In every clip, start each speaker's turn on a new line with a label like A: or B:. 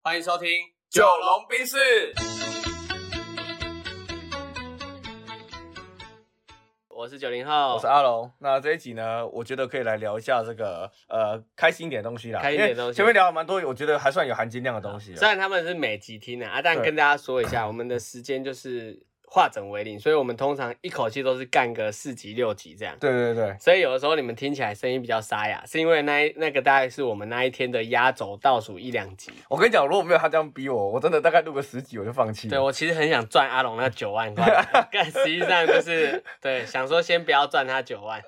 A: 欢迎收听《
B: 九龙冰室。
A: 我是九零后，
B: 我是阿龙。那这一集呢，我觉得可以来聊一下这个呃开心一点的东西啦，
A: 开心一点的东
B: 因
A: 西啊
B: 为前面聊了蛮多，我觉得还算有含金量的东西啊
A: 虽
B: 了。
A: 然他们是每集听的啊，但
B: 对
A: 跟大家说一下，我们的时间就是化整为零，所以我们通常一口气都是干个四集六集这样。
B: 对对对，
A: 所以有的时候你们听起来声音比较沙哑，是因为那一那个大概是我们那一天的压轴倒数一两集。
B: 我跟你讲，如果没有他这样逼我，我真的大概录个十集我就放弃了。
A: 对我其 实很想赚阿龙那九 万块，但实际上就是对想说先不要赚他 九万，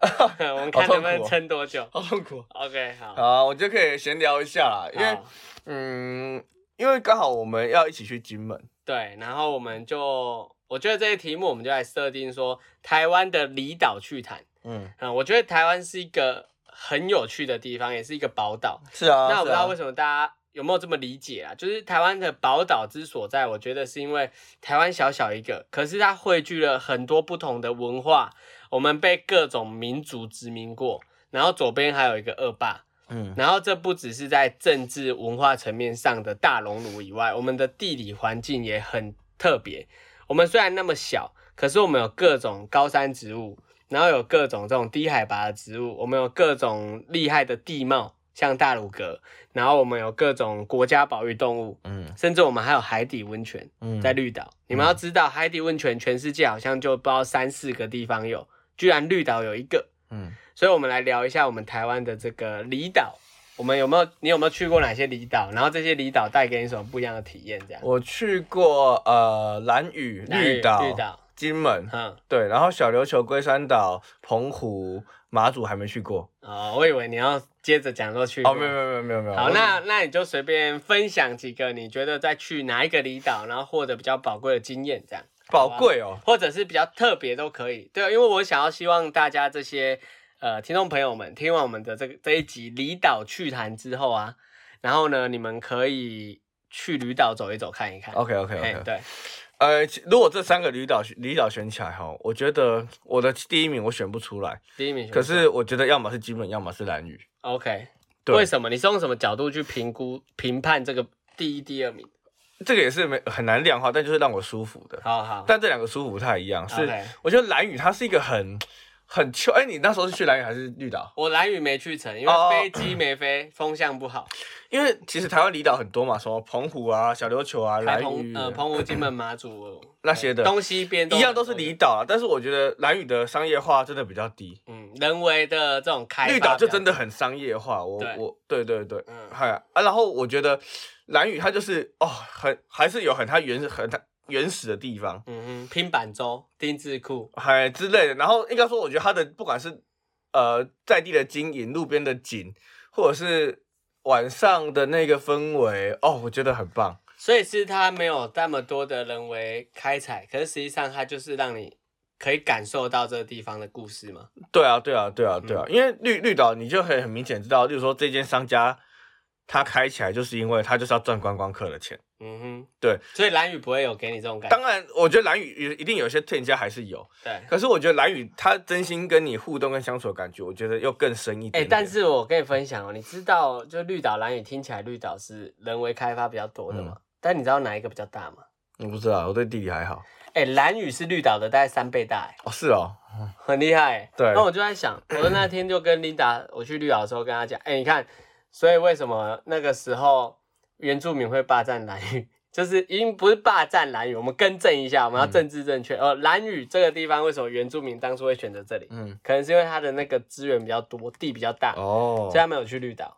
A: 我们看能不能撑多久。
B: 好痛苦。
A: OK，好，
B: 哦好，我觉得可以闲聊一下啦，因为
A: 啊好
B: 嗯，因为刚好我们要一起去金门，
A: 对，然后我们就我觉得这些题目我们就来设定说台湾的离岛趣谈。
B: 嗯，
A: 嗯，我觉得台湾是一个很有趣的地方，也是一个宝岛。
B: 是啊，
A: 那我不知道为
B: 什
A: 什么大家有没有这么理解啊？就是台湾的宝岛之所在，我觉得是因为台湾小小一个，可是它汇聚了很多不同的文化。我们被各种民族殖民过，然后左边还有一个恶霸，
B: 嗯
A: 然后这不只是在政治文化层面上的大熔炉以外，我们的地理环境也很特别。我们虽然那么小，可是我们有各种高山植物，然后有各种这种低海拔的植物，我们有各种厉害的地貌，像大鲁阁，然后我们有各种国家保育动物，
B: 嗯
A: 甚至我们还有海底温泉
B: 嗯
A: 在绿岛。你们要知道，海底温泉全世界好像就不知道三四个地方有，居然绿岛有一个。
B: 嗯
A: 所以我们来聊一下我们台湾的这个离岛，我们有没有你有没有去过哪些离岛？然后这些离岛带给你什么不一样的体验？这样，
B: 我去过呃蓝屿、
A: 蓝屿
B: 绿岛、
A: 绿岛
B: 金门，
A: 嗯，
B: 对，然后小琉球、龟山岛、澎湖、马祖还没去过。
A: 哦，我以为你要接着讲说去过
B: 哦，没有没有没有没有没有。
A: 好，
B: 我
A: 那那你就随便分享几个你觉得在去哪一个离岛，然后获得比较宝贵的经验，这样
B: 宝贵哦。
A: 或者是比较特别都可以。对，因为我想要希望大家这些呃听众朋友们听完我们的这个这一集离岛趣谈之后啊，然后呢，你们可以去旅岛走一走，看一看。
B: OK OK
A: 嘿
B: OK。
A: 对，
B: 呃，其如果这三个离岛离岛选起来哈，我觉得我的第一名我选不出来，
A: 第一名选
B: 可
A: 不出来
B: 是我觉得要么是金门，要么是蓝屿。
A: OK，
B: 对
A: 为什么？你是用什么角度去评估评判这个第一、第二名？
B: 这个也是没很难量化，但就是让我舒服的。
A: 好好，
B: 但这两个舒服不太一样，是
A: OK
B: 我觉得蓝屿它是一个很很秋。哎，你那时候是去蓝屿还是绿岛？
A: 我蓝屿没去成，因
B: 哦
A: 为飞机没飞，风向不好。
B: 因为其实台湾离岛很多嘛，什么澎湖啊、小琉球啊、
A: 台
B: 蓝
A: 澎
B: 屿
A: 呃澎湖、金门、马祖
B: 那些的
A: 东西边
B: 一样都是离，岛啊，但是我觉得蓝屿的商业化真的比较低，
A: 嗯，人为的这种开发
B: 绿岛就真
A: 的
B: 的很商业化。我
A: 对
B: 我对对对，
A: 嗯
B: 嗨啊，然后我觉得蓝屿它就是哦，很还是有很它原很它原始的地方，
A: 嗯哼，拼板舟、丁字裤，
B: 嗨之类的。然后应该说，我觉得它的不管是呃在地的经营、路边的景，或者是晚上的那个氛围，哦，我觉得很棒。
A: 所以是它没有那么多的人为开采，可是实际上它就是让你可以感受到这个地方的故事嘛。
B: 对啊，对啊，对啊，对啊，
A: 嗯
B: 因为绿绿岛你就可以很明显知道，例如说这间商家，他开起来就是因为他就是要赚观光客的钱。
A: 嗯哼，
B: 对，
A: 所以蓝屿不会有给你这种感觉。
B: 当然，我觉得蓝屿有一定有些店家还是有，
A: 对，
B: 可是我觉得蓝屿他真心跟你互动跟相处的感觉，我觉得又更深一
A: 哎、
B: 点点
A: 但是我跟你分享哦，你知道，就绿岛、蓝屿听起来绿岛是人为开发比较多的嘛？但你知道哪一个比较大吗？
B: 我不知道，我对地理还好。
A: 哎、蓝屿是绿岛的大概三倍大、哎，
B: 哦，是哦，
A: 很厉害、哎
B: 对
A: 那我就在想，我那天就跟琳达，我去绿岛的时候跟她讲，哎、你看，所以为什么那个时候原住民会霸占蓝屿？ 就是已经不是霸占蓝屿，我们更正一下，我们要政治正确。呃，蓝屿这个地方为什么原住民当初会选择这里？
B: 嗯，
A: 可能是因为它的那个资源比较多，地比较大。
B: 哦嗯
A: 所以，他没有去绿岛。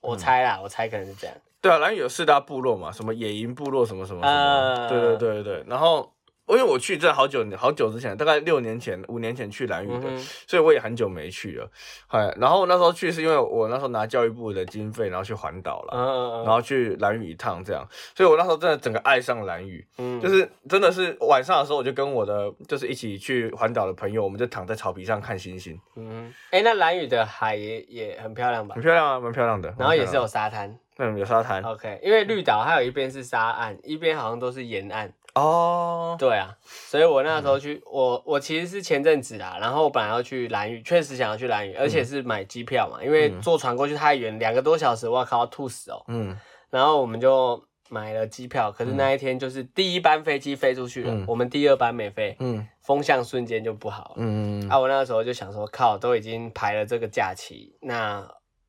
A: 我猜啦，我猜可能是这样。
B: 对啊，蓝屿有四大部落嘛，什么野营部落，什么什么什么，
A: 啊
B: 对对对对对。然后，因为我去这好久好久之前，大概六年前、五年前去蓝屿
A: 嗯
B: 的，
A: 哼，
B: 所以我也很久没去了。哎，然后那时候去是因为我那时候拿教育部的经费，然后去环岛了。
A: 嗯
B: 然后去蓝屿一趟，这样，所以我那时候真的整个爱上蓝屿，
A: 嗯
B: 就，是真的是晚上的时候，我就跟我的就是一起去环岛的朋友，我们就躺在草皮上看星星，
A: 嗯，哎，那蓝屿的海也也很漂亮吧
B: 很？漂亮啊，蛮漂亮的。
A: 然后也是有
B: 蛮
A: 沙滩
B: 漂亮的嗯有沙滩
A: ，OK，因为绿岛它有一边是沙岸，一边好像都是沿岸。
B: 哦，
A: 对啊，所以我那
B: 嗯
A: 时候去，我我其实是前阵子啦，然后我本来要去蓝屿，确实想要去蓝屿，
B: 嗯
A: 而且是买机票嘛，因为坐船过去太远，两个多小时，我靠，要吐死哦。
B: 嗯
A: 然后我们就买了机票，可是那一天就是第一班飞机飞出去了，我们第二班没飞，
B: 嗯
A: 风向瞬间就不好了。
B: 嗯
A: 啊，我那时候就想说，靠，都已经排了这个假期，那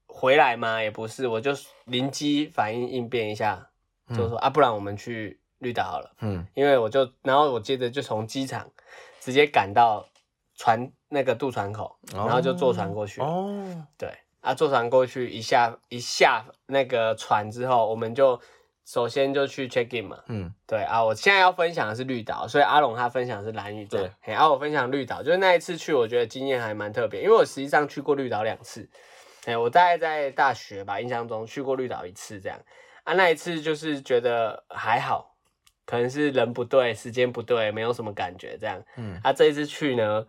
A: 回来嘛也不是，我就灵机反应应变一下，就说、啊，不然我们去绿岛好了，
B: 嗯
A: 因为我就，然后我接着就从机场直接赶到船那个渡船口，然后就坐船过去。
B: 哦，
A: 对，啊，坐船过去一下一下那个船之后，我们就首先就去 check in 嘛。
B: 嗯
A: 对啊，我现在要分享的是绿岛，所以阿龙他分享的是蓝屿站。
B: 对
A: 嘿，然、啊后我分享绿岛，就是那一次去，我觉得经验还蛮特别，因为我实际上去过绿岛两次。哎，我大概在大学吧，印象中去过绿岛一次这样。啊，那一次就是觉得还好，可能是人不对，时间不对，没有什么感觉这样。
B: 嗯
A: 啊，这一次去呢，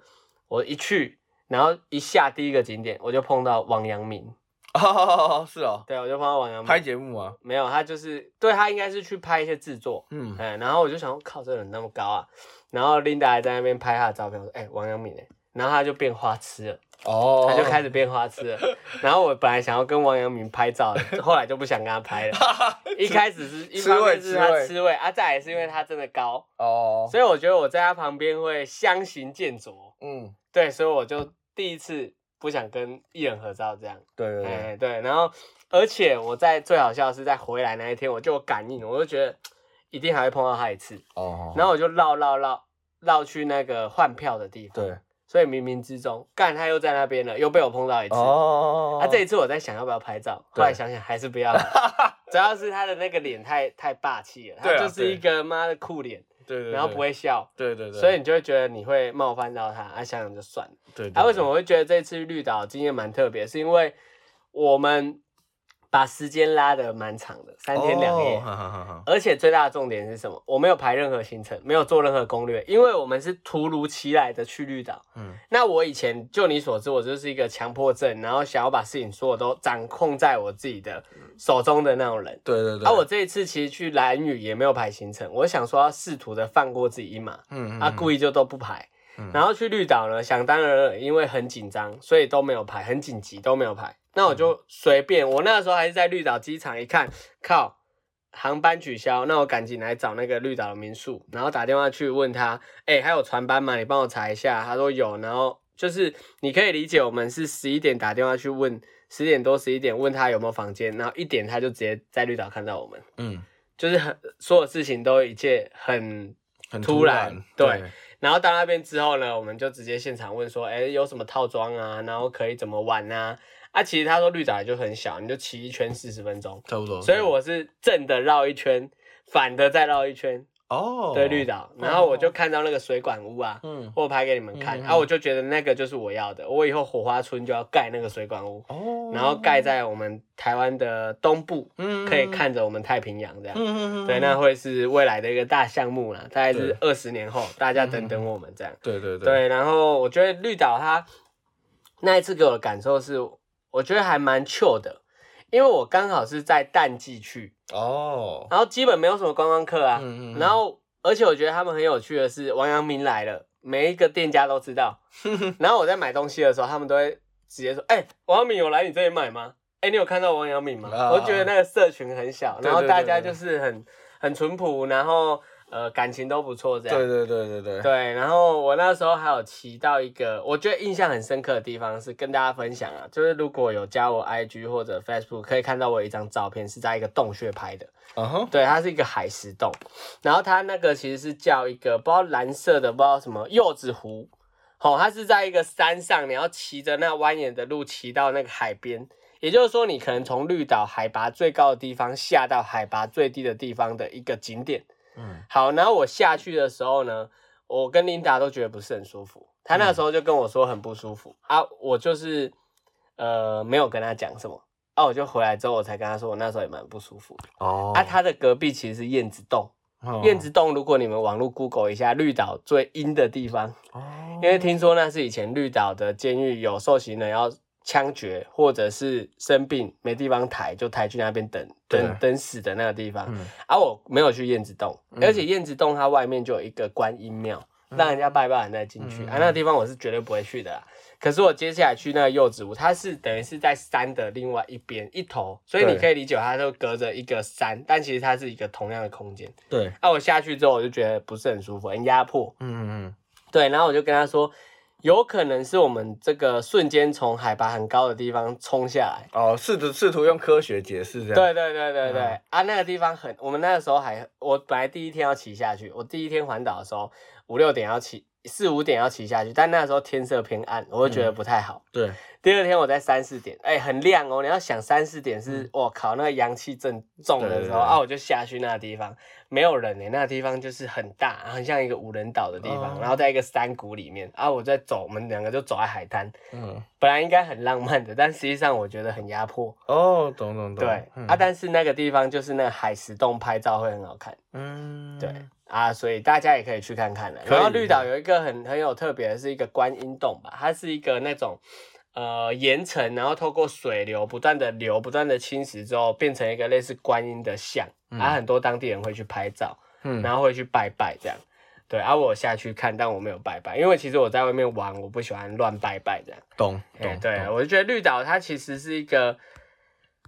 A: 我一去，然后一下第一个景点，我就碰到王阳明。
B: 哦，是哦，
A: 对，我就碰到王阳明。
B: 拍节目啊，
A: 没有，他就是对他应该是去拍一些制作。
B: 嗯
A: 哎，然后我就想说，靠，这人那么高啊！然后 Linda 还在那边拍他的照片，我说，哎、王阳明哎，然后他就变花痴了，
B: 哦，
A: 他 就开始变花痴了。然后我本来想要跟王阳明拍照的，后来就不想跟他 拍了。一开始是一
B: 吃
A: 方面
B: 味
A: 是
B: 吃
A: 他
B: 味
A: 吃味啊，再来是因为他真的高，
B: 哦，
A: 所以我觉得我在他旁边会相形见绌。
B: 嗯，
A: 对，所以我就第一次不想跟艺人合照这样。
B: 对对对，
A: 哎、对，然后而且我在最好笑的是在回来那一天，我就有感应，我就觉得一定还会碰到他一次。
B: 哦，
A: 然后我就绕绕绕绕去那个换票的地方。
B: 对，
A: 所以冥冥之中，干他又在那边了，又被我碰到一次。
B: 哦，
A: 啊，这一次我在想要不要拍照，
B: 对
A: 后来想想还是不要了，主要是他的那个脸太太霸气了，
B: 对
A: 他
B: 啊
A: 就是一个妈的酷脸，
B: 对对，
A: 然后不，会笑，
B: 对对对，
A: 所以你就会觉得你会冒犯到他，啊，想想就算了。
B: 对，
A: 啊，为什么我会觉得这次绿岛经验蛮特别？是因为我们把时间拉得蛮长的，三
B: 어,
A: 天两夜。
B: 哈哈哈，
A: 而且最大的重点是什么？我没有排任何行程，没有做任何攻略，因为我们是突如其来的去绿岛。
B: 嗯
A: 那我以前就你所知，我就是一个强迫症，然后想要把事情所有都掌控在我自己的手中的那种人。
B: 对对对，
A: 啊，我这一次其实去蓝屿也没有排行程，我想说要试图的放过自己一马，
B: 嗯
A: 啊，故意就都不排。
B: 嗯
A: 然后去绿岛呢，想当然了，因为很紧张，所以都没有排，很紧急都没有排。那我
B: 嗯
A: 就随便，我那时候还是在绿岛机场一看，靠，航班取消，那我赶紧来找那个绿岛的民宿，然后打电话去问他，哎、还有船班吗？你帮我查一下。他说有，然后就是你可以理解，我们是十一点打电话去问，十点多十一点问他有没有房间，然后一点他就直接在绿岛看到我们，
B: 嗯
A: 就是很所有事情都一切很
B: 很
A: 突然对，
B: 네.
A: 然后到那边之后呢，我们就直接现场问说，哎，有什么套装啊？然后可以怎么玩啊？啊，其实他说绿岛也就很小，你就骑一圈四十分钟，
B: 差不多，
A: 所以我是正的绕一圈，反的再绕一圈，
B: 哦，
A: 对绿，岛。然后我就看到那个水管屋啊，
B: 嗯
A: 我有拍给你们
B: 嗯
A: 看，
B: 嗯
A: 啊，我就觉得那个就是我要的，我以后火花村就要盖那个水管屋，
B: 哦，
A: 然后盖在我们台湾的东部，
B: 嗯
A: 可以，看着我们太平洋这样。
B: 嗯嗯
A: 对，那会是未来的一个大项目啦，大概是二十年后，大家
B: 嗯
A: 等等我们这样。
B: 对对
A: 对，然后我觉得绿岛它那一次给我的感受是，我觉得还蛮 chill 的，因为我刚好是在淡季去，
B: 哦，
A: 然后基本没有什么观光客啊。
B: 嗯
A: 然后，而且我觉得他们很有趣的是，王阳明来了，每一个店家都 知道。然后我在买东西的时候，他们都会直接说：“哎、王阳明有来你这里买吗？哎、你有看到王阳明吗？”
B: 啊
A: 我就觉得那个社群很小，
B: 对
A: 然后
B: 对
A: 大
B: 对
A: 家
B: 对
A: 就是很很淳朴，然后呃感情都不错这样。
B: 对对对对 对，
A: 对，然后我那时候还有骑到一个我觉得印象很深刻的地方，是跟大家分享啊，就是如果有加我 IG 或者 Facebook，可以看到我有一张照片是在一个洞穴拍的，
B: 嗯哼，
A: 对，它是一个海石洞，然后它那个其实是叫一个不知道蓝色的不知道什么柚子湖，哦，它是在一个山上，你要骑着那蜿蜒的路骑到那个海边，也就是说你可能从绿岛海拔最高的地方下到海拔最低的地方的一个景点。
B: 嗯
A: 好，然后我下去的时候呢，我跟琳达都觉得不是很舒服。她那时候就跟我说很不舒服、啊，我就是呃没有跟她讲什么啊，我就回来之后我才跟她说，我那时候也蛮不舒服、
B: 哦
A: 啊。她的隔壁其实是燕子洞，燕子洞如果你们网络 Google 一下，绿岛最阴的地方，
B: 哦，
A: 因为听说那是以前绿岛的监狱有受刑人要枪决或者是生病没地方抬，就抬去那边等等
B: 对
A: 等死的那个地方。
B: 嗯
A: 啊，我没有去燕子洞，而且燕子洞它外面就有一个观音庙，让人家拜拜完再进去、
B: 嗯
A: 啊。那个地方我是绝对不会去的啦。可是我接下来去那个柚子屋，它是等于是在山的另外一边一头，所以
B: 对
A: 你可以理解它就隔着一个山，但其实它是一个同样的空间。
B: 对，
A: 啊，我下去之后我就觉得不是很舒服，很压迫。
B: 嗯嗯
A: 对，然后我就跟他说，有可能是我们这个瞬间从海拔很高的地方冲下来。
B: 哦，试图试图用科学解释这样，
A: 对对对对对、
B: 嗯
A: 啊，那个地方很，我们那个时候还，我本来第一天要骑下去，我第一天环岛的时候五六点要骑，四五点要骑下去，但那时候天色偏暗，我就觉得不太好。
B: 对
A: 第二天我在三四点，哎、很亮哦。你要想三四点是，我、靠，那个阳气正重
B: 对
A: 的
B: 对
A: 时候
B: 嗯对
A: 啊，我就下去那个地方，没有人呢、欸那个地方就是很大，很像一个无人岛的地方，
B: 哦
A: 然后在一个山谷里面啊，我在走，我们两个就走在海滩，
B: 嗯，
A: 本来应该很浪漫的，但实际上我觉得很压迫。
B: 哦，懂懂懂，
A: 对、
B: 嗯
A: 啊，但是那个地方就是那个海石洞拍照会很好看，
B: 嗯，
A: 对、啊，所以大家也可以去看看的。
B: 可以
A: 然后绿岛有一个很很有特别的是一个观音洞吧，它是一个那种呃岩层，然后透过水流不断的流，不断的侵蚀之后，变成一个类似观音的像，
B: 嗯
A: 啊，很多当地人会去拍照，
B: 嗯，
A: 然后会去拜拜这样。对，啊，我有下去看，但我没有拜拜，因为其实我在外面玩，我不喜欢乱拜拜这样。
B: 懂
A: 哎、
B: 懂，
A: 对，
B: 懂
A: 我就觉得绿岛它其实是一个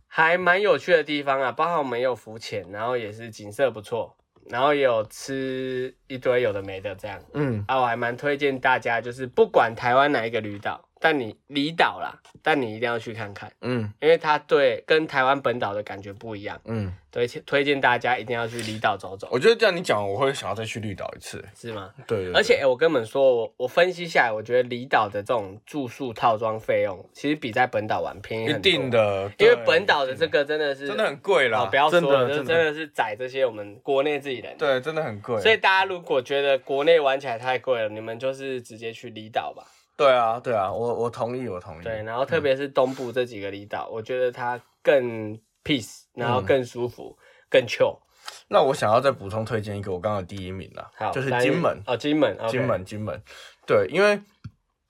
A: 还蛮有趣的地方啊，包含我们也有浮潜，然后也是景色不错，然后也有吃一堆有的没的这样
B: 嗯，
A: 啊，我还蛮推荐大家，就是不管台湾哪一个绿岛，但你离岛啦，但你一定要去看看，
B: 嗯
A: 因为它对跟台湾本岛的感觉不一样，
B: 嗯，
A: 推荐推荐大家一定要去离岛走走，
B: 我觉得这样你讲，我会想要再去绿岛一次。
A: 是吗？
B: 对，对
A: 而且、欸我跟你们说，我我分析下来，我觉得离岛的这种住宿套装费用，其实比在本岛玩便宜
B: 对一
A: 很多。
B: 定的，
A: 因为
B: 对
A: 本岛的这个真的是
B: 真的很贵啦，
A: 哦不要说
B: 真
A: 了，
B: 的
A: 就真
B: 真
A: 的是宰这些我们国内自己人。，
B: 对，真的很贵。
A: 所以大家如果觉得国内玩起来太贵了，你们就是直接去离岛吧。
B: 对啊，对啊，我我同意，我同意。
A: 对，然后特别是东部这几个离岛，我觉得它更 peace，然
B: 嗯
A: 后更舒服，更 chill。
B: 那我想要再补充推荐一个我刚刚的第一名啦
A: 好，，
B: 就是
A: 但
B: 金门，
A: 哦，金门，
B: 金，门，金门。对，因为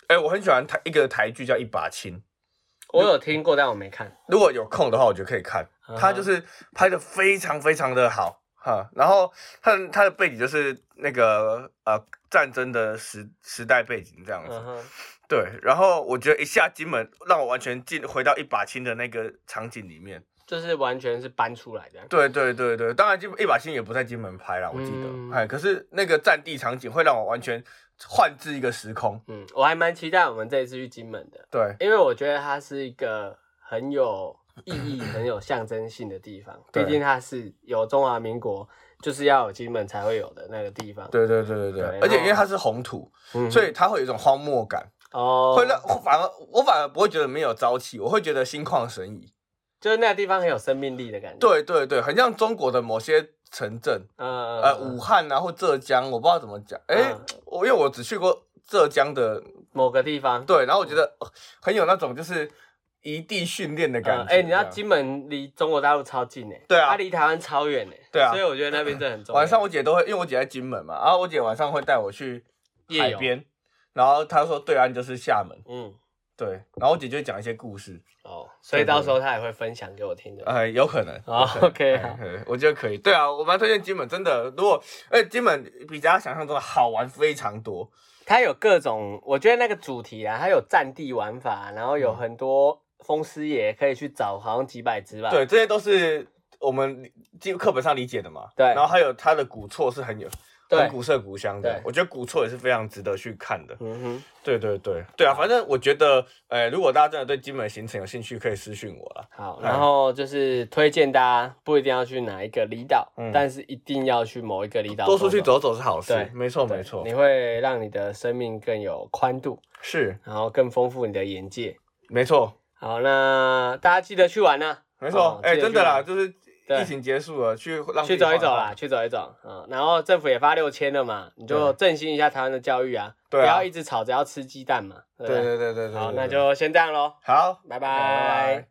B: 哎、我很喜欢台一个台剧叫《一把青》，
A: 我有听过，但我没看。
B: 如果有空的话，我觉得可以看
A: 嗯。哼
B: 它就是拍的非常非常的好哈，然后它的它的背景就是那个呃战争的时时代背景这样子。
A: 嗯哼，
B: 对，然后我觉得一下金门，让我完全进回到一把青的那个场景里面。
A: 就是完全是搬出来的。
B: 对对对对，当然金一把青也不在金门拍啦，我记得。
A: 嗯
B: 哎，可是那个战地场景会让我完全换至一个时空。
A: 嗯，我还蛮期待我们这一次去金门的。
B: 对
A: 因为我觉得它是一个很有意义、很有象征性的地 方，
B: 对
A: 毕竟它是有中华民国，就是要有金门才会有的那个地方。，
B: 对对对对对，
A: 对
B: 而且
A: 然后
B: 因为它是红土，
A: 嗯
B: 所以它会有一种荒漠感，
A: 哦，
B: 会让我反而我反而不会觉得没有朝气，我会觉得心旷神怡。
A: 就是那个地方很有生命力的感觉。，
B: 对对对，很像中国的某些城镇，
A: 呃
B: 呃，武汉啊或浙江，我不知道怎么讲。哎
A: 嗯，
B: 我因为我只去过浙江的
A: 某个地方。
B: 对，然后我觉得呃很有那种就是一地训练的感
A: 嗯，
B: 觉。
A: 哎、你知道
B: 这样
A: 金门离中国大陆超近诶、欸
B: 对啊
A: 它离台湾超远诶、
B: 对啊
A: 所以我觉得那边真的很重要。
B: 晚上我姐都会，因为我姐在金门嘛，然后我姐晚上会带我去
A: 夜
B: 海
A: 游
B: 边，然后她说对岸就是厦门，
A: 嗯，
B: 对，然后我姐就会讲一些故事，
A: 哦，所以到时候他也会分享给我听的。
B: 呃，有可能。
A: 哦
B: 有可能
A: OK，
B: 哎
A: 好
B: 哎我觉得可以。对啊，我蛮推荐金门，真的。如果，哎，金门比大家想象中的好玩非常多。
A: 它有各种，我觉得那个主题啊，它有战地玩法，然后有
B: 嗯
A: 很多风师爷可以去找，好像几百只吧。
B: 对，这些都是我们基课本上理解的嘛。
A: 对
B: 然后还有它的古厝是很有，
A: 对
B: 很古色古香的
A: 对。
B: 我觉得古厝也是非常值得去看的。
A: 嗯哼，
B: 对对对，对啊，反正我觉得，呃，如果大家真的对金门行程有兴趣，可以私讯我啦。
A: 好，
B: 嗯
A: 然后就是推荐大家不一定要去哪一个离岛，
B: 嗯
A: 但是一定要去某一个离岛
B: 多出去
A: 走
B: 走走是好事
A: 啊对，
B: 没错
A: 走，
B: 没错
A: 对，你会让你的生命更有宽度，
B: 是
A: 然后更丰富你的眼界。
B: 没错，
A: 好，那大家记得去玩呢、
B: 没错
A: 哦，
B: 哎，
A: 记得
B: 真的啦，
A: 去
B: 就是
A: 对
B: 疫情结束了，去让自
A: 去
B: 己
A: 走一
B: 放
A: 走
B: 松
A: 啦，，去走一走，嗯，然后政府也发六千了嘛，你就振兴一下台湾的教育啊，
B: 对啊
A: 不要一直吵着要吃鸡蛋嘛，对不
B: 对
A: 对？
B: 对对对对，
A: 好，
B: 对
A: 那
B: 对
A: 就先这样喽。
B: 好，
A: 拜
B: 拜
A: 拜
B: 拜。